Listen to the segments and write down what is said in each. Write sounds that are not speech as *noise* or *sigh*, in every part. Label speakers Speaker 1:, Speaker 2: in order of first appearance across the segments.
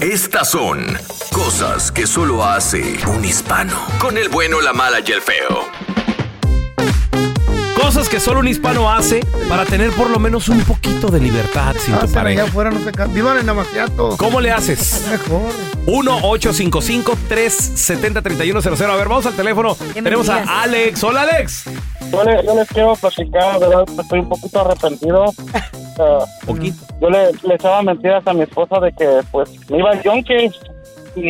Speaker 1: Estas son cosas que solo hace un hispano. Con el bueno, la mala y el feo.
Speaker 2: Cosas que solo un hispano hace para tener por lo menos un poquito de libertad sin tu
Speaker 3: Hacen allá
Speaker 2: pareja.
Speaker 3: afuera, no Ah, se ca- Vivan en Amaciato.
Speaker 2: ¿Cómo le haces?
Speaker 3: Mejor.
Speaker 2: 1-855-370-3100. A ver, vamos al teléfono.
Speaker 4: me
Speaker 2: Tenemos
Speaker 4: digas.
Speaker 2: a Alex. Hola, Alex.
Speaker 5: Yo le- yo les quiero platicar, pues, ¿verdad? Que Estoy un
Speaker 3: *laughs*
Speaker 5: poquito arrepentido. Ah,
Speaker 2: Poquito.
Speaker 5: yo le, le echaba mentiras a mi esposa de que, pues, me iba al yonque y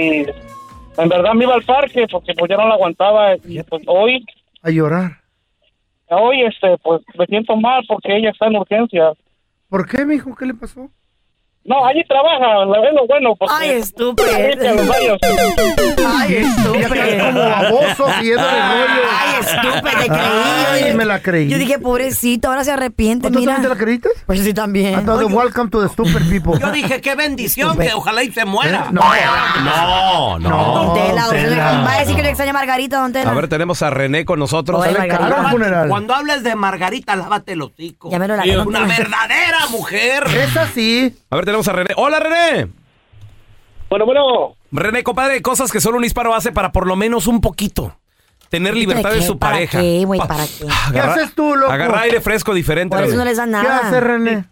Speaker 5: en verdad me iba al parque porque pues ya no la aguantaba. Y pues hoy,
Speaker 3: A llorar.
Speaker 5: hoy, este, pues me siento mal porque ella está en urgencias.
Speaker 3: ¿Por qué, mijo? ¿Qué le pasó?
Speaker 5: No, allí trabaja, la bueno, bueno. Porque
Speaker 4: Ay, estúpido.
Speaker 5: Ahorita los baños.
Speaker 4: Ay,
Speaker 3: Ella quedó como
Speaker 4: estúpido.
Speaker 3: baboso siguiendo el rollo.
Speaker 4: Ay, estúpido, te creí.
Speaker 3: Ay,
Speaker 4: Yo dije-
Speaker 3: me la creí.
Speaker 4: Yo dije, pobrecito, ahora se arrepiente,
Speaker 3: ¿Tú también
Speaker 4: mira.
Speaker 3: te la creíste?
Speaker 4: Pues sí, también.
Speaker 3: Entonces, welcome to the stupid
Speaker 4: *laughs*
Speaker 3: people.
Speaker 2: dije, qué bendición,
Speaker 4: que
Speaker 2: ojalá y se muera.
Speaker 3: No.
Speaker 2: No, no.
Speaker 4: Don ¿Eh? Tela, o sea,
Speaker 3: Tela.
Speaker 4: va a decir que le extraña a Margarita, Don Tela.
Speaker 2: A ver, tenemos a René con nosotros.
Speaker 4: Oye,
Speaker 2: Alex,
Speaker 4: Margarita.
Speaker 3: Hagan funeral.
Speaker 2: hables de Margarita, lávate el hocico.
Speaker 4: Ya me lo lavé, Es don una Tela.
Speaker 2: verdadera mujer.
Speaker 3: Es así.
Speaker 2: A ver, tenemos a René. Hola, René.
Speaker 5: Bueno, bueno.
Speaker 2: René, compadre, cosas que solo un hispano hace para por lo menos un poquito. Tener libertad de
Speaker 4: qué?
Speaker 2: su
Speaker 4: ¿Para
Speaker 2: pareja.
Speaker 4: qué, güey?
Speaker 2: Pa-
Speaker 4: ¿Para qué?
Speaker 3: ¿Qué haces tú, loco?
Speaker 2: Agarrar aire fresco diferente.
Speaker 4: Por eso
Speaker 2: René.
Speaker 4: no les da
Speaker 3: ¿Qué hace
Speaker 4: nada.
Speaker 3: René?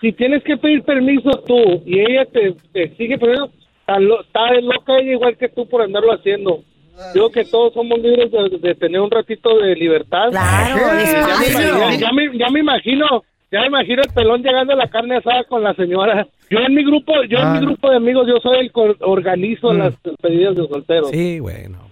Speaker 5: Si tienes que pedir permiso tú y ella te, sigue perdiendo, está loca ella igual que tú por andarlo haciendo. Digo que todos somos libres de, tener un ratito de libertad.
Speaker 4: Claro,
Speaker 3: ¿Qué?
Speaker 5: Ya me,
Speaker 4: despacio.
Speaker 5: ya- ya me- ya me imagino, ya me imagino el pelón llegando a la carne asada con la señora. Yo en mi grupo, yo en
Speaker 3: Ah. Mm.
Speaker 5: mi grupo de amigos, yo soy el que organizo las pedidas de solteros.
Speaker 2: Sí, bueno.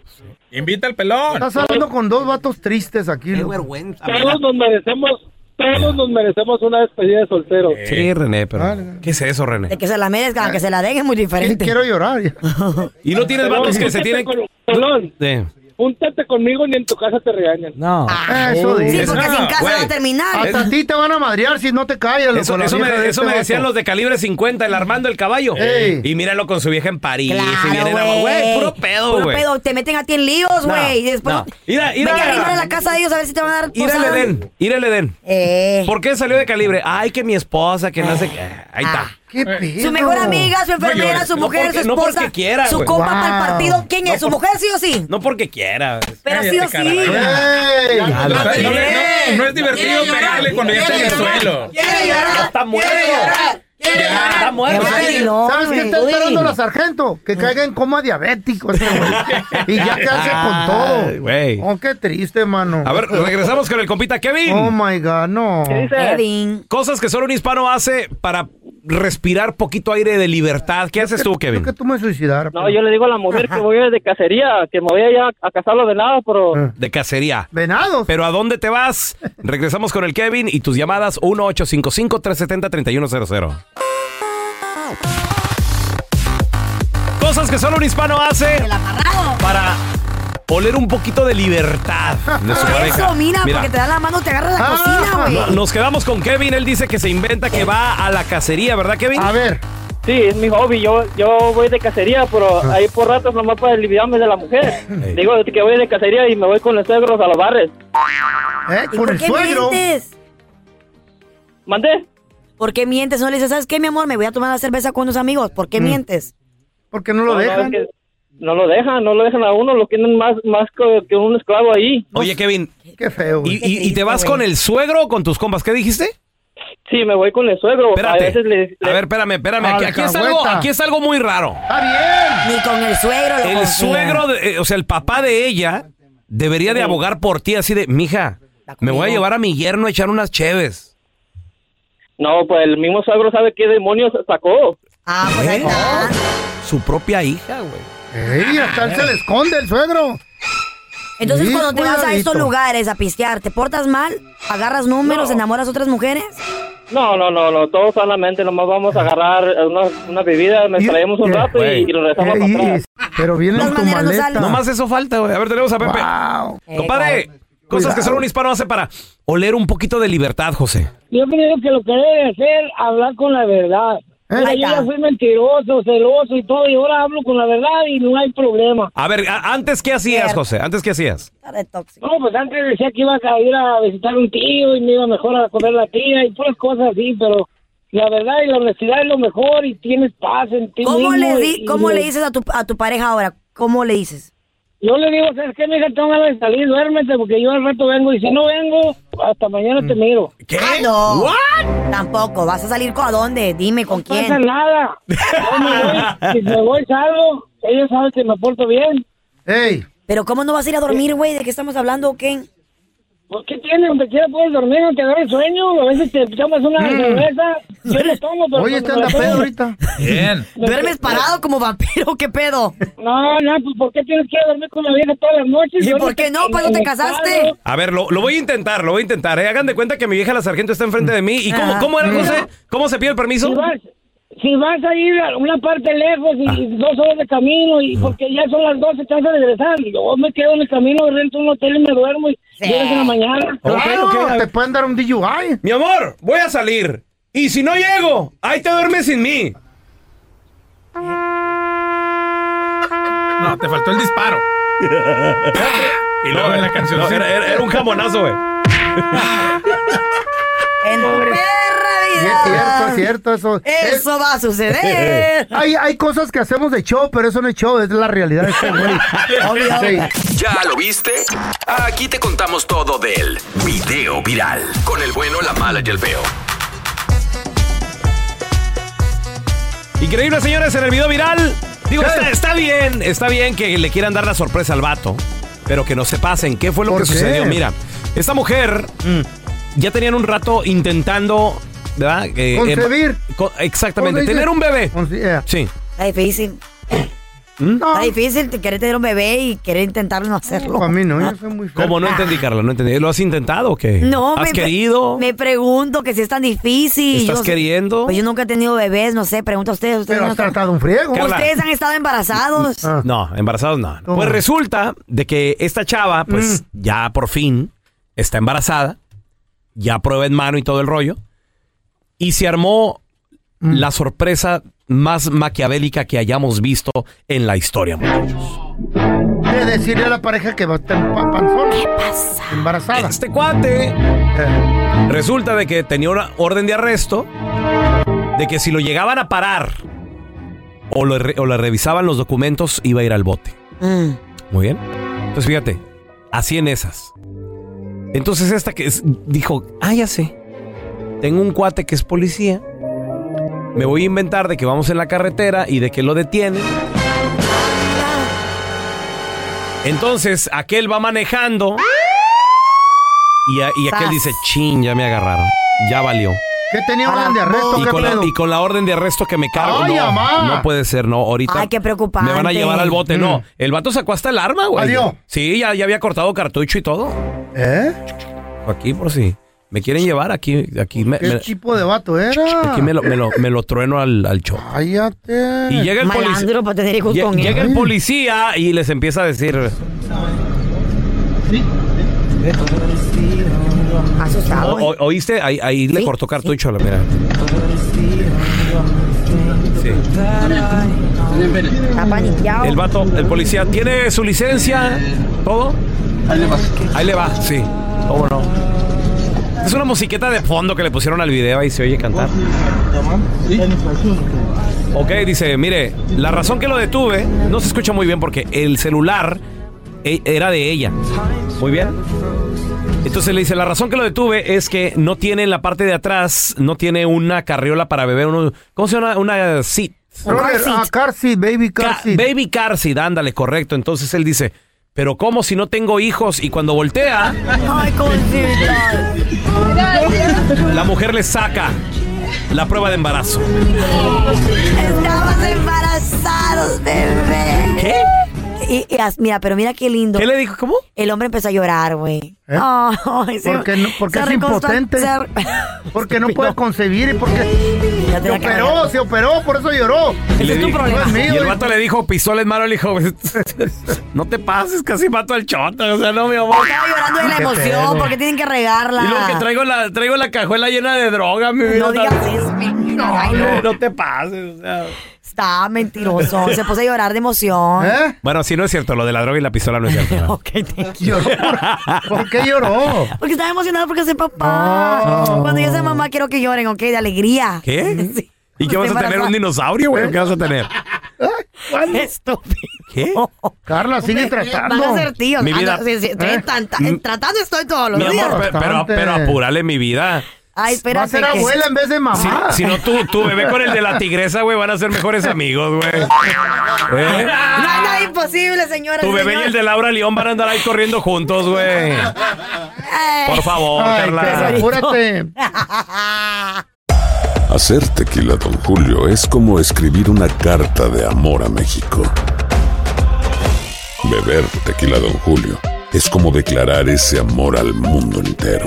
Speaker 6: Invita al pelón.
Speaker 3: pues Estás hablando con dos vatos tristes aquí. loco.
Speaker 5: Todos nos merecemos, todos nos merecemos una despedida de solteros.
Speaker 2: Sí, René, pero.
Speaker 3: Vale, vale.
Speaker 2: ¿Qué es eso, René?
Speaker 4: De que se la merezcan, aunque se la den, es muy diferente.
Speaker 3: Quiero llorar.
Speaker 4: *laughs*
Speaker 2: Y no tienes
Speaker 5: Pelón,
Speaker 2: vatos que se
Speaker 5: júntate
Speaker 3: *laughs*
Speaker 2: tienen.
Speaker 5: Este con- pelón,
Speaker 2: Sí.
Speaker 5: júntate conmigo y ni en tu casa te regañan.
Speaker 2: No.
Speaker 3: Eso
Speaker 4: Sí,
Speaker 3: dice.
Speaker 4: porque
Speaker 2: Ah,
Speaker 4: sin casa
Speaker 2: güey.
Speaker 4: va a terminar.
Speaker 3: Hasta a ti te van a madrear si no te callas. loco,
Speaker 2: Eso,
Speaker 3: la
Speaker 2: eso
Speaker 3: vieja
Speaker 2: me,
Speaker 3: de
Speaker 2: eso
Speaker 3: este
Speaker 2: me decían
Speaker 3: vato.
Speaker 2: los de calibre 50, el Armando el caballo.
Speaker 3: Ey.
Speaker 2: Y míralo con su vieja en París. y viene
Speaker 4: Claro,
Speaker 2: enamorado.
Speaker 4: güey.
Speaker 2: Güey, puro pedo,
Speaker 4: Puro
Speaker 2: güey.
Speaker 4: pedo. Te meten a ti en líos,
Speaker 2: No,
Speaker 4: güey. y después.
Speaker 2: no. Ira, ira.
Speaker 4: Vete a arrimar a la casa de ellos a ver si te van a dar.
Speaker 2: Ir al
Speaker 4: posada.
Speaker 2: Edén. Ir al Edén.
Speaker 4: Eh.
Speaker 2: ¿Por qué salió de calibre? Ay, que mi esposa, que no sé qué. Ahí está.
Speaker 3: ¿Qué pedo?
Speaker 4: Ah. Su mejor amiga, su enfermera,
Speaker 2: llores.
Speaker 4: su
Speaker 2: Eh, No
Speaker 4: mujer,
Speaker 2: porque-
Speaker 4: su
Speaker 2: no porque
Speaker 4: esposa.
Speaker 2: quiera,
Speaker 4: su
Speaker 2: güey.
Speaker 3: Wow.
Speaker 4: compa para el partido. ¿Quién es? ¿Su mujer sí o sí?
Speaker 2: No porque quiera.
Speaker 4: Pero sí o sí.
Speaker 3: ¡Ey!
Speaker 2: Ya,
Speaker 6: No,
Speaker 2: la-
Speaker 6: no, no, no es divertido pegarle cuando ya está en el suelo.
Speaker 2: Ya está muerto. Ya está muerto.
Speaker 4: Qué vacilón,
Speaker 3: ¿Sabes qué
Speaker 4: güey.
Speaker 3: está esperando
Speaker 4: Uy.
Speaker 3: la sargento? Que caiga en coma diabético este güey. Y ya que hace con
Speaker 2: Ay,
Speaker 3: todo.
Speaker 2: güey.
Speaker 3: Oh, qué triste, mano.
Speaker 2: A ver, regresamos con el compita Kevin.
Speaker 3: Oh my God, no.
Speaker 5: ¿Qué dices?
Speaker 4: Kevin.
Speaker 2: Cosas que solo un hispano hace para respirar poquito aire de libertad. ¿Qué haces tú, Kevin?
Speaker 3: que tú me suicidar.
Speaker 5: No, yo le digo a la mujer que voy de cacería, que me voy allá a cazar los venados, pero
Speaker 3: Ah.
Speaker 2: De cacería.
Speaker 3: Venados.
Speaker 2: Pero ¿a dónde te vas? Regresamos con el Kevin y tus llamadas 1-855-370-3100. Cosas que solo un hispano hace para oler un poquito de libertad de su
Speaker 4: Por
Speaker 2: pareja.
Speaker 4: eso, mira, porque te da la mano, te agarra
Speaker 3: Ah,
Speaker 4: la cocina, güey.
Speaker 2: no- nos quedamos con Kevin. Él dice que se inventa que va a la cacería, ¿verdad, Kevin?
Speaker 3: A ver.
Speaker 5: sí, es mi hobby. Yo yo voy de cacería, pero
Speaker 3: Ah.
Speaker 5: ahí por ratos nomás para aliviarme de la mujer. Digo que voy de cacería y me voy con los suegros a los bares.
Speaker 3: ¿Eh?
Speaker 4: ¿Y por qué mientes?
Speaker 5: ¿Mandé?
Speaker 4: ¿Por qué mientes? No le dices, ¿sabes qué, mi amor? Me voy a tomar una cerveza con unos amigos. ¿Por
Speaker 3: Mm.
Speaker 4: qué mientes?
Speaker 3: Porque no
Speaker 4: lo dejan.
Speaker 5: es que No lo dejan, no lo dejan a uno, lo tienen más más co- que un esclavo ahí.
Speaker 2: Oye, Kevin.
Speaker 3: pues, Qué feo.
Speaker 2: ¿Y, y- y te vas con el suegro o con tus compas? ¿Qué dijiste?
Speaker 5: Sí, me voy con el suegro.
Speaker 2: Espérate.
Speaker 5: A veces le-
Speaker 2: A ver, espérame, espérame. Aquí, aquí es algo,
Speaker 5: Alcahueta.
Speaker 2: aquí es algo muy raro.
Speaker 3: Está bien.
Speaker 4: Ni con el suegro
Speaker 2: El
Speaker 4: lo confían.
Speaker 2: suegro, de- eh, o sea, el papá de ella debería de abogar por ti así de, mija, me voy a llevar a mi yerno a echar unas cheves.
Speaker 5: No, pues el mismo suegro sabe qué demonios sacó.
Speaker 4: Ah, pues ahí está.
Speaker 2: Su propia hija, güey.
Speaker 3: Ey, hasta él se le esconde el suegro.
Speaker 4: Entonces,
Speaker 3: Sí,
Speaker 4: cuando te vas a
Speaker 3: cuidadito.
Speaker 4: estos lugares a pistear, ¿te portas mal? ¿Agarras números? ¿Enamoras a otras mujeres?
Speaker 5: No, no, no, no, todos solamente nomás vamos a agarrar una, una bebida, nos traemos un rato y, eh, y nos regresamos
Speaker 3: Ey,
Speaker 5: para atrás.
Speaker 3: pero viene tu maleta.
Speaker 2: Nomás eso falta, güey. A ver, tenemos a Pepe. Compadre, cosas que solo un hispano hace para oler un poquito de libertad, José.
Speaker 7: Yo creo que lo que debe hacer, hablar con la verdad. Mira, yo ya fui mentiroso, celoso y todo, y ahora hablo con la verdad y no hay problema.
Speaker 2: A ver, a- antes, ¿qué hacías, José? Antes, ¿qué hacías?
Speaker 7: No, pues antes decía que iba a ir a visitar un tío y me iba mejor a comer la tía y puras cosas así, pero la verdad y la honestidad es lo mejor y tienes paz en ti
Speaker 4: ¿Cómo,
Speaker 7: mismo
Speaker 4: le,
Speaker 7: y-
Speaker 4: di-
Speaker 7: y-
Speaker 4: cómo le dices a tu, a tu pareja ahora? ¿Cómo le dices?
Speaker 7: Yo le digo, ¿sabes qué, mija? Tengo ganas de salir, duérmete, porque yo al rato vengo y si no vengo, hasta mañana te miro.
Speaker 2: ¿Qué?
Speaker 4: Ah, no. Tampoco. ¿Vas a salir con a dónde? Dime con
Speaker 7: No
Speaker 4: quién.
Speaker 7: pasa nada. Yo me voy, si me voy salgo, ellos saben que me porto bien.
Speaker 3: Ey.
Speaker 4: Pero ¿cómo no vas a ir a dormir, güey? ¿De qué estamos hablando, Ken?
Speaker 7: Pues, ¿qué tiene? Donde quiera puedes dormir, no te agarra el sueño. A veces te tomas una
Speaker 4: Mm.
Speaker 7: cerveza. Yo le tomo, pero...
Speaker 3: Oye, te anda
Speaker 7: cuando me la
Speaker 3: pedo
Speaker 7: tomo-
Speaker 3: ahorita.
Speaker 2: Bien.
Speaker 4: ¿Duermes parado como vampiro? ¿Qué pedo?
Speaker 7: No, no, pues ¿por qué tienes que dormir con la vieja todas las noches?
Speaker 4: ¿Y
Speaker 7: Yo
Speaker 4: por qué no?
Speaker 7: en-
Speaker 4: Pues no
Speaker 7: en
Speaker 4: te
Speaker 7: el
Speaker 4: casaste.
Speaker 7: carro.
Speaker 2: A ver, lo, lo voy a intentar, lo voy a intentar. ¿eh? Hagan de cuenta que mi vieja la sargento está enfrente de mí. ¿Y cómo,
Speaker 7: Ajá.
Speaker 2: cómo era,
Speaker 7: Ah. Mira.
Speaker 2: José? ¿Cómo se pide el permiso?
Speaker 7: Si vas, si vas a ir a una parte lejos y
Speaker 4: Ah.
Speaker 7: y dos horas de camino, y porque ya son las 12, te vas a regresar. Yo me quedo en el camino, rento un hotel y me duermo y llegas en la mañana.
Speaker 3: Claro, te pueden dar un DUI.
Speaker 2: Mi amor, voy a salir. Y si no llego, ahí te duermes sin mí. No, te faltó el disparo. *laughs* y luego la canción. era, era- era un jamonazo, güey.
Speaker 4: En tu perra
Speaker 3: Sí,
Speaker 4: vida.
Speaker 3: es cierto, es cierto eso.
Speaker 4: Eso va a suceder.
Speaker 3: *laughs* Hay, hay cosas que hacemos de show, pero eso no es show, es la realidad de este
Speaker 4: *laughs*
Speaker 3: güey. Sí.
Speaker 1: ¿Ya lo viste? Aquí te contamos todo del video viral. Con el bueno, la mala y el feo.
Speaker 2: Increíble, señores, en el video viral. Digo, está, está bien, está bien que le quieran dar la sorpresa al vato, pero que no se pasen. ¿Qué fue lo que
Speaker 3: ¿Por qué? Mm.
Speaker 2: sucedió? Mira, esta mujer ya tenían un rato intentando, ¿verdad? Eh, eh,
Speaker 3: Concebir.
Speaker 2: co- exactamente,
Speaker 3: Pues, dice-
Speaker 2: tener un bebé.
Speaker 3: Conci- eh.
Speaker 2: Sí.
Speaker 4: Está difícil. Está difícil te- querer tener un bebé y querer intentar no hacerlo.
Speaker 3: Para mí no, yo soy muy
Speaker 2: ¿Cómo? No entendí, Carla, no entendí. ¿Lo has intentado o qué?
Speaker 4: No,
Speaker 2: ¿Has
Speaker 4: me pre-
Speaker 2: querido?
Speaker 4: Me pregunto que si es tan difícil.
Speaker 2: ¿Estás
Speaker 4: Yo-
Speaker 2: queriendo?
Speaker 4: Pues yo nunca he tenido bebés, no sé, pregunto a ustedes. ustedes
Speaker 2: Pero
Speaker 4: no
Speaker 2: has
Speaker 4: están-
Speaker 2: tratado un friego. Carla.
Speaker 4: Ustedes han estado embarazados.
Speaker 2: No, embarazados no. Pues resulta de que esta chava, pues ya por fin está embarazada, ya prueba en mano y todo el rollo, y se armó la sorpresa más maquiavélica que hayamos visto en la historia. muchachos.
Speaker 3: De decirle a la pareja que va a estar pa- panzona. ¿Qué pasa? Embarazada. Eh.
Speaker 2: Este cuate. Resulta de que tenía una orden de arresto, de que si lo llegaban a parar o, lo re- o le revisaban los documentos, iba a ir al bote. Muy bien. Entonces fíjate, así en esas. Entonces esta que es- dijo, ah, ya sé, tengo un cuate que es policía. Me voy a inventar de que vamos en la carretera y de que lo detienen. Entonces aquel va manejando y, a- y aquel
Speaker 4: Sas.
Speaker 2: dice, chin, ya me agarraron, ya valió.
Speaker 3: ¿Qué tenía orden de arresto?
Speaker 2: Y
Speaker 3: ¿Qué
Speaker 2: Ah, con, la,
Speaker 3: pedo?
Speaker 2: y con la orden de arresto que me cargo,
Speaker 3: ¡Ay,
Speaker 2: no,
Speaker 3: mamá!
Speaker 2: no puede ser, no, ahorita
Speaker 4: Ay, qué preocupante.
Speaker 2: me van a llevar al bote, no.
Speaker 4: Mm.
Speaker 2: El vato sacó hasta el arma, güey.
Speaker 4: Adiós.
Speaker 2: Sí, ya, ya había cortado cartucho y todo.
Speaker 3: ¿Eh?
Speaker 2: Aquí por si me quieren llevar, aquí, aquí me,
Speaker 3: ¿Qué
Speaker 2: me-
Speaker 3: tipo de vato era?
Speaker 2: aquí me lo, me lo- me lo trueno al, al show.
Speaker 3: Cállate.
Speaker 2: Y llega el policía-
Speaker 4: Malandro, para
Speaker 3: ¿Eh?
Speaker 4: tener hijos
Speaker 2: Lle-
Speaker 4: con él.
Speaker 2: llega el policía y les empieza a decir,
Speaker 4: Mm. Asustado. eh.
Speaker 2: O- o- ¿oíste? Ahí, ahí le cortó cartucho a la mira. Sí.
Speaker 4: Está paniqueado.
Speaker 2: El vato, el policía, ¿tiene su licencia? ¿Todo? Ahí le va. Ahí le va, sí. ¿Cómo no? Es una musiqueta de fondo que le pusieron al video y se oye cantar. Ok, dice, mire, la razón que lo detuve no se escucha muy bien porque el celular e- era de ella. Muy bien. Entonces le dice, la razón que lo detuve es que no tiene en la parte de atrás, no tiene una carriola para beber, uno, ¿cómo se llama? Una seat.
Speaker 3: Brother, ah, car seat, baby car
Speaker 2: Ca- baby car seat, ándale, correcto. Entonces él dice, pero ¿cómo si no tengo hijos? Y cuando voltea,
Speaker 4: Ay, cosita.
Speaker 2: la mujer le saca la prueba de embarazo.
Speaker 4: Estamos embarazados, bebé.
Speaker 2: ¿Qué?
Speaker 4: Y, y as- mira, pero mira qué lindo. ¿Qué
Speaker 2: le dijo? ¿Cómo?
Speaker 4: El hombre empezó a llorar, güey.
Speaker 3: ¿Eh?
Speaker 4: Ay, se-
Speaker 3: Porque no- porque
Speaker 4: se
Speaker 3: es
Speaker 4: recostó-
Speaker 3: impotente.
Speaker 4: se re-
Speaker 3: Porque no
Speaker 4: *laughs*
Speaker 3: puede concebir y porque se
Speaker 4: tenía que
Speaker 3: operó, se operó, por eso lloró.
Speaker 2: Y, le dijo-
Speaker 3: No es mío,
Speaker 2: y el
Speaker 3: hijo.
Speaker 2: vato le dijo, pistola en mano, le dijo, no te pases, casi mato al chota. O sea, no, mi amor.
Speaker 4: Estaba
Speaker 3: Ah,
Speaker 4: llorando de la
Speaker 2: Qué
Speaker 4: emoción,
Speaker 2: pedo.
Speaker 4: porque tienen que regarla.
Speaker 2: Y luego que traigo la, traigo la cajuela llena de droga, mi vida.
Speaker 4: No digas eso. Ay,
Speaker 2: no,
Speaker 4: no.
Speaker 2: no te pases. o sea.
Speaker 4: Está mentiroso. Se puso a llorar de emoción.
Speaker 3: ¿Eh?
Speaker 2: Bueno, sí, no es cierto. Lo de la droga y la pistola no es cierto.
Speaker 4: *laughs*
Speaker 2: ¿no?
Speaker 3: ¿Por qué lloró?
Speaker 4: Porque estaba emocionado porque soy papá. Cuando yo sea mamá, quiero que lloren, ¿ok? De alegría.
Speaker 2: ¿Qué? ¿Y qué
Speaker 4: Estoy
Speaker 2: vas a tener?
Speaker 4: embarazada.
Speaker 2: ¿Un dinosaurio, güey? ¿Qué vas a tener?
Speaker 4: Estúpido. *laughs*
Speaker 2: ¿Qué?
Speaker 3: Carla, sigue
Speaker 4: Hombre,
Speaker 3: tratando.
Speaker 4: Van a ser tíos.
Speaker 2: Mi
Speaker 4: Ah,
Speaker 2: vida.
Speaker 4: no, sí, sí, estoy
Speaker 2: ¿Eh?
Speaker 4: tan- tan-
Speaker 2: Mm.
Speaker 4: tratando estoy todos los
Speaker 2: Mi
Speaker 4: días.
Speaker 2: amor, pe- pero, pero apúrale mi vida.
Speaker 4: Ay, espérate.
Speaker 3: Va a ser
Speaker 4: que-
Speaker 3: abuela en vez de mamá.
Speaker 2: Si no, tú, tu bebé con el de la tigresa, güey, van a ser mejores amigos, güey. ¿Eh?
Speaker 4: No, no, imposible, señora.
Speaker 2: Tu bebé y
Speaker 4: señor.
Speaker 2: el de Laura León van a andar ahí corriendo juntos, güey. Por favor,
Speaker 3: Ay,
Speaker 2: Carla.
Speaker 3: Carla, apúrate.
Speaker 8: Hacer tequila, Don Julio, es como escribir una carta de amor a México. Beber tequila, Don Julio, es como declarar ese amor al mundo entero.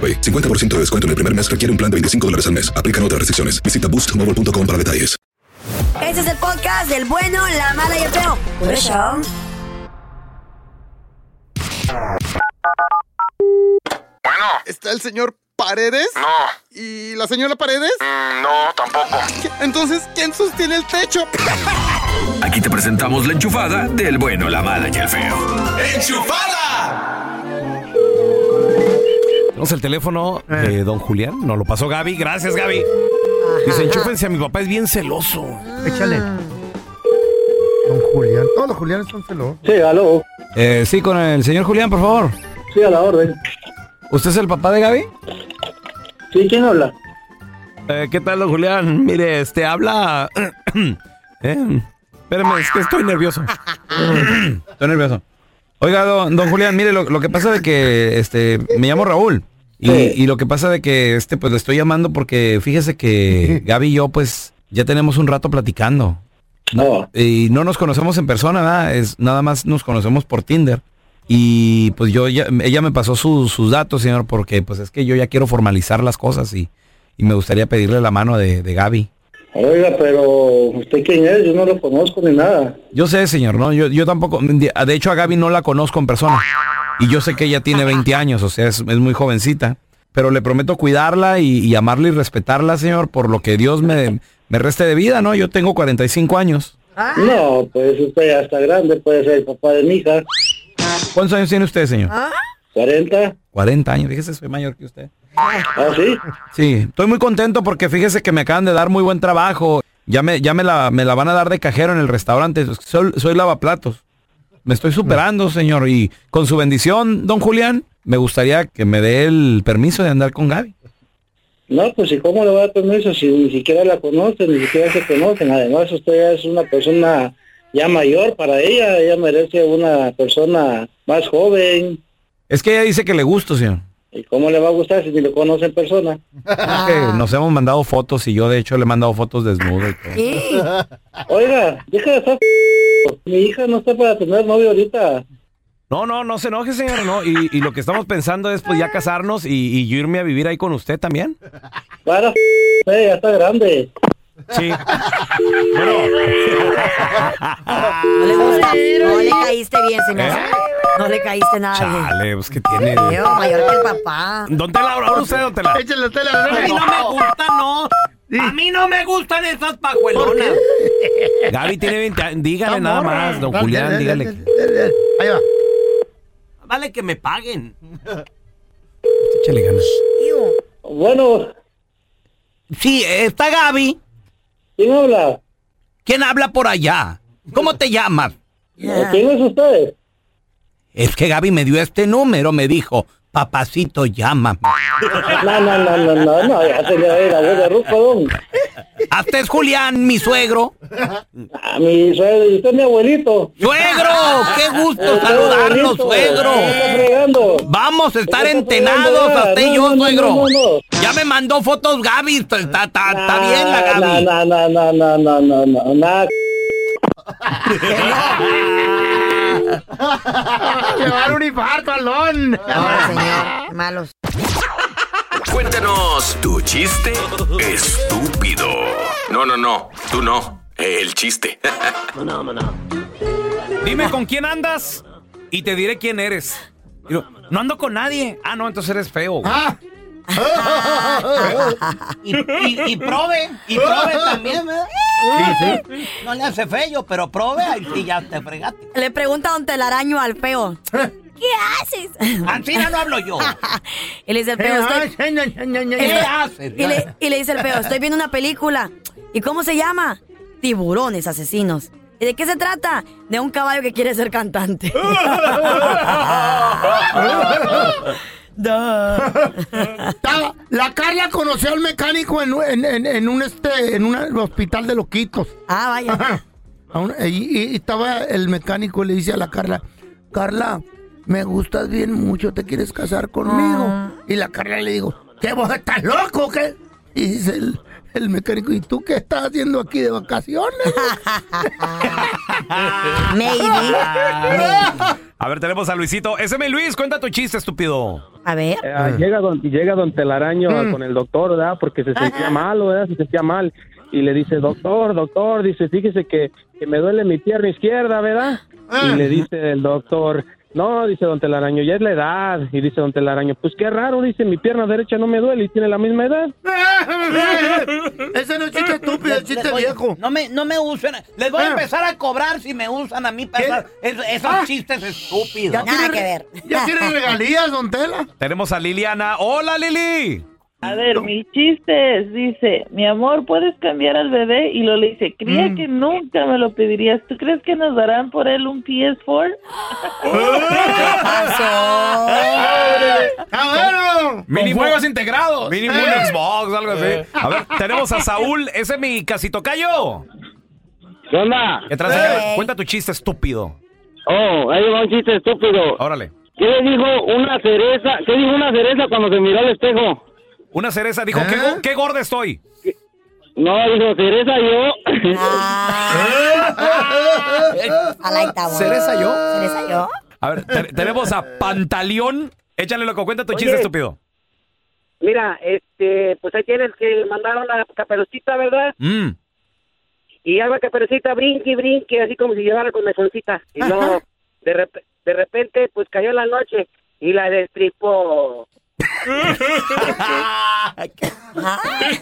Speaker 9: 50% de descuento en el primer mes requiere un plan de 25 dólares al mes. Aplican otras restricciones. Visita boostmobile.com para detalles.
Speaker 4: *laughs* Ese es el podcast del bueno, la mala y el feo. Por eso.
Speaker 10: Bueno. ¿Está el señor Paredes? No. ¿Y la señora Paredes? no, tampoco. Entonces, ¿quién sostiene el techo?
Speaker 1: Aquí te presentamos la enchufada del bueno, la mala y el feo.
Speaker 2: Tenemos el teléfono
Speaker 3: Eh.
Speaker 2: de don Julián. Nos lo pasó Gaby. Gracias, Gaby. Dice, enchúfense a mi papá, es bien celoso.
Speaker 3: *laughs* Échale. Don Julián. Todos los Julianes son celosos.
Speaker 11: Sí, aló.
Speaker 12: Eh,
Speaker 2: sí, con el señor Julián, por favor.
Speaker 11: Sí, a la orden.
Speaker 2: ¿Usted es el papá de Gaby?
Speaker 11: Sí, ¿quién habla?
Speaker 12: Eh,
Speaker 2: ¿Qué tal, don Julián? Mire, este
Speaker 12: *clears throat*
Speaker 2: habla. Eh, espérame, es que estoy nervioso.
Speaker 12: Estoy nervioso. Oiga, don, don Julián, mire, lo, lo que pasa de que este, me llamo Raúl. Y, y lo que pasa de que este, pues le estoy llamando porque fíjese que Gaby y yo, pues, ya tenemos un rato platicando. No, y no nos conocemos en persona, nada, es, nada más nos conocemos por Tinder. Y pues yo ya- ella me pasó su- sus datos, señor, porque pues es que yo ya quiero formalizar las cosas y, y me gustaría pedirle la mano de, de Gaby.
Speaker 11: Oiga, pero ¿usted quién es? Yo no lo conozco ni nada.
Speaker 12: Yo sé, señor, no, yo, yo tampoco. De de hecho, a Gaby no la conozco en persona. Y yo sé que ella tiene 20 años, o sea, es, es muy jovencita.
Speaker 2: pero le prometo cuidarla y, y amarla y respetarla, señor, por lo que Dios me, me reste de vida, ¿no? Yo tengo 45 años.
Speaker 11: No, pues usted ya está grande, puede ser el papá de mi hija.
Speaker 2: ¿Cuántos años tiene usted, señor?
Speaker 11: 40.
Speaker 2: 40 años, fíjese, soy mayor que usted.
Speaker 11: ¿Ah, sí?
Speaker 2: Sí, estoy muy contento porque fíjese que me acaban de dar muy buen trabajo. Ya me, ya me, la, me la van a dar de cajero en el restaurante. Soy, soy lavaplatos. Me estoy superando, señor. Y con su bendición, don Julián, me gustaría que me dé el permiso de andar con Gaby.
Speaker 11: No, pues ¿y cómo le va a dar permiso si ni siquiera la conocen, ni siquiera se conocen? Además, usted ya es una persona ya mayor para ella. Ella merece una persona más joven.
Speaker 2: Es que ella dice que le gusto, señor.
Speaker 11: ¿Y cómo le va a gustar si ni lo conoce en persona?
Speaker 2: Que nos hemos mandado fotos y yo, de hecho, le he mandado fotos desnudo y todo.
Speaker 11: Oiga, deja de estar... *laughs* Mi hija no está para tener novio ahorita.
Speaker 2: No, no, no se enoje, señor, no. Y, y lo que estamos pensando es pues ya casarnos y, y yo irme a vivir ahí con usted también.
Speaker 11: Para, eh, ya está grande.
Speaker 2: Sí.
Speaker 4: No le gusta. No le caíste bien, señor. No le caíste nada bien.
Speaker 2: ¿Eh? Chale, pues que tiene.
Speaker 4: Yo, mayor que el papá.
Speaker 2: Don Tela, ahora ahora usted, don Tela.
Speaker 3: Échale tela.
Speaker 6: A mí no me gusta, no. A mí no me gustan esas pajuelonas.
Speaker 2: Gaby tiene 20 años. Dígale
Speaker 6: Está
Speaker 2: nada
Speaker 6: morra.
Speaker 2: más, don
Speaker 6: No,
Speaker 2: Julián,
Speaker 6: ya, ya,
Speaker 2: dígale.
Speaker 6: ya,
Speaker 3: Ahí va.
Speaker 6: Vale que me paguen.
Speaker 2: Échale ganas.
Speaker 11: Bueno.
Speaker 6: Sí, está Gaby.
Speaker 11: ¿Quién habla?
Speaker 6: ¿Quién habla por allá? ¿Cómo te llamas?
Speaker 11: ¿Quién es usted?
Speaker 6: Es que Gaby me dio este número, me dijo, papacito, llama.
Speaker 11: No, no, no, no, no, no, ya se le va a ir la voz de Ruco, don.
Speaker 6: Hasta es Julián, mi suegro.
Speaker 11: A Ah, mi suegro, y usted es mi abuelito.
Speaker 6: ¡Suegro! ¡Qué gusto
Speaker 11: Usted es
Speaker 6: saludarlo,
Speaker 11: abuelito.
Speaker 6: suegro!
Speaker 11: ¿Qué está fregando?
Speaker 6: Vamos a estar
Speaker 11: Eso está
Speaker 6: entenados,
Speaker 11: fregando,
Speaker 6: hasta
Speaker 11: no,
Speaker 6: yo,
Speaker 11: no, no,
Speaker 6: suegro.
Speaker 11: no, no.
Speaker 6: Ya me mandó fotos Gaby, está, está- está- está
Speaker 11: Ah,
Speaker 6: bien la Gaby.
Speaker 11: No, no, no, no, no, no, no, nada.
Speaker 3: *laughs* Le va a dar un infarto al don.
Speaker 4: señor. Malos.
Speaker 1: Cuéntanos tu chiste estúpido. No, no, no. Tú no. El chiste.
Speaker 6: Dime con quién andas y te diré quién eres. Y yo, no ando con nadie. Ah, no, entonces eres feo. güey.
Speaker 13: *laughs* Y, y, y probe, y probe también, ¿verdad? No le hace feo, pero probe, ahí sí ya te fregaste.
Speaker 4: Le pregunta a don Telaraño al
Speaker 13: *laughs*
Speaker 4: feo. ¿Qué haces?
Speaker 13: Antina no hablo yo.
Speaker 4: *laughs* Y le dice el feo, estoy... *laughs*
Speaker 13: ¿Qué
Speaker 4: Estoy-
Speaker 13: haces?
Speaker 4: Y le, y le dice el feo, estoy viendo una película. ¿Y cómo se llama? Tiburones asesinos. ¿Y de qué se trata? De un caballo que quiere ser *laughs* cantante.
Speaker 3: *laughs* Estaba- La Carla conoció al mecánico en, en- en- en un este, en un hospital de loquitos.
Speaker 4: Ah, vaya.
Speaker 3: y, y- y estaba el mecánico y le dice a la Carla, Carla, me gustas bien mucho, ¿te quieres casar conmigo?
Speaker 4: Ah.
Speaker 3: Y la Carla le dijo, ¿qué vos estás loco? o ¿Qué? Y dice el, el mecánico, ¿y tú qué estás haciendo aquí de
Speaker 4: *laughs*
Speaker 3: vacaciones? *laughs*
Speaker 2: A ver, tenemos a Luisito. Ese es mi Luis, cuenta tu chiste, estúpido.
Speaker 4: A ver.
Speaker 2: Ah.
Speaker 5: Eh, llega, don, llega don Telaraño a-
Speaker 2: Mm.
Speaker 5: con el doctor, ¿verdad? Porque se sentía malo, ¿verdad? Se sentía mal. Y le dice, doctor, doctor, dice, fíjese que, que me duele mi pierna izquierda, ¿verdad?
Speaker 4: Ah.
Speaker 5: Y le dice el doctor, no, dice don Telaraño, ya es la edad. Y dice don Telaraño, pues qué raro, dice, mi pierna derecha no me duele y tiene la misma edad.
Speaker 3: Ese no es chiste estúpido, es chiste viejo. Ah.
Speaker 13: No me, no me usen. Les voy a empezar a cobrar si me usan a mí para esas- es- esos chistes estúpidos.
Speaker 3: Ya tiene- Ya tiene
Speaker 13: *laughs*
Speaker 3: regalías, don Tela.
Speaker 2: Tenemos a Liliana. ¡Hola, Lili!
Speaker 14: A ver, mi chiste es, dice, mi amor, ¿puedes cambiar al bebé? Y lo le dice, creía que nunca me lo pedirías. ¿Tú crees que nos darán por él un PS4? *laughs*
Speaker 2: Mínimo-
Speaker 6: juegos
Speaker 2: integrados. Mínimo un
Speaker 6: Eh.
Speaker 2: Xbox, algo
Speaker 6: Eh.
Speaker 2: así. A ver, tenemos a Saúl. Ese es mi casitocayo.
Speaker 15: ¿Qué onda?
Speaker 2: ¿Qué tranza, cara? Cuenta tu chiste, estúpido.
Speaker 15: Oh, ahí va un chiste estúpido.
Speaker 2: Órale.
Speaker 15: ¿Qué le dijo una cereza? ¿Qué dijo una cereza cuando se miró al espejo?
Speaker 2: Una cereza dijo,
Speaker 6: ¿Eh?
Speaker 2: ¿qué, go- qué gorda estoy?
Speaker 15: No, dijo, cereza yo.
Speaker 6: Ah.
Speaker 15: *laughs*
Speaker 4: I like that one.
Speaker 2: ¿Cereza yo?
Speaker 4: ¿Cereza yo?
Speaker 2: A ver, te- tenemos a Pantaleón. Échale loco, cuenta tu
Speaker 16: Oye.
Speaker 2: chiste, estúpido.
Speaker 16: Mira, este, pues ahí tienes que mandaron a Caperucita, ¿verdad?
Speaker 2: Mm.
Speaker 16: Y ya la Caperucita brinque y brinque, así como si llevara con mesoncita. Y luego, de, rep- de repente, pues cayó la noche y la destripó.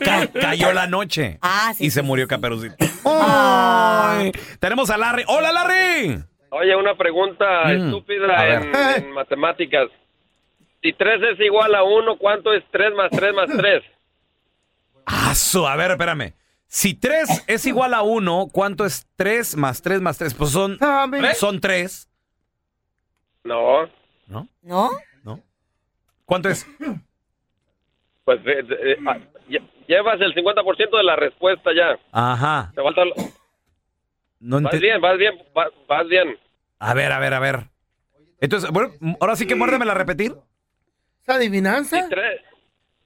Speaker 2: Ca- cayó la noche.
Speaker 4: Ah,
Speaker 2: y se murió Caperucita. Ay. Tenemos a Larry. ¡Hola, Larry!
Speaker 17: Oye, una pregunta
Speaker 2: Mm, a
Speaker 17: estúpida
Speaker 2: ver.
Speaker 17: en, en matemáticas. Si 3 es igual a 1, ¿cuánto es 3 más 3 más 3?
Speaker 2: Asu, a ver, espérame. Si 3 es igual a 1, ¿cuánto es 3 más 3 más 3? Pues son, son 3.
Speaker 17: No.
Speaker 2: ¿No?
Speaker 4: ¿No?
Speaker 2: ¿No? ¿Cuánto es?
Speaker 17: Pues eh, eh, ah, lle- llevas el 50% de la respuesta ya.
Speaker 2: Ajá.
Speaker 17: Te falta... lo-
Speaker 2: No
Speaker 17: Vas
Speaker 2: ente-
Speaker 17: bien, vas bien, va- vas bien.
Speaker 2: A ver, a ver, a ver. Entonces, bueno, ahora sí que muérdemela a repetir.
Speaker 3: ¿Es adivinanza?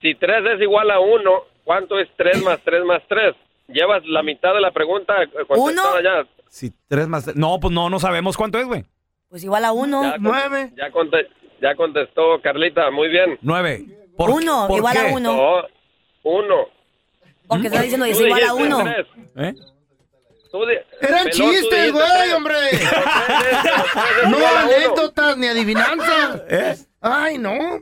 Speaker 17: Si 3 es igual a 1, ¿cuánto es 3 más 3 más 3? Llevas la mitad de la pregunta eh, contestada ya.
Speaker 2: Si 3 más 3. No, pues no, no sabemos cuánto es, güey.
Speaker 4: Pues igual a uno.
Speaker 17: Ya, con- Ya, conte- ya contestó Carlita, muy bien.
Speaker 2: 9.
Speaker 4: Uno, por igual a qué? uno.
Speaker 17: No, uno.
Speaker 4: Porque está diciendo es
Speaker 17: Tú
Speaker 4: igual a
Speaker 17: dijiste
Speaker 4: uno.
Speaker 17: tres.
Speaker 2: ¿Eh?
Speaker 17: Tú di-
Speaker 3: Eran
Speaker 17: Pelón, tú dijiste
Speaker 3: chistes, güey,
Speaker 17: tres.
Speaker 3: hombre.
Speaker 17: es
Speaker 3: no
Speaker 17: igual a uno.
Speaker 3: anécdotas ni adivinanzas. Ay, no.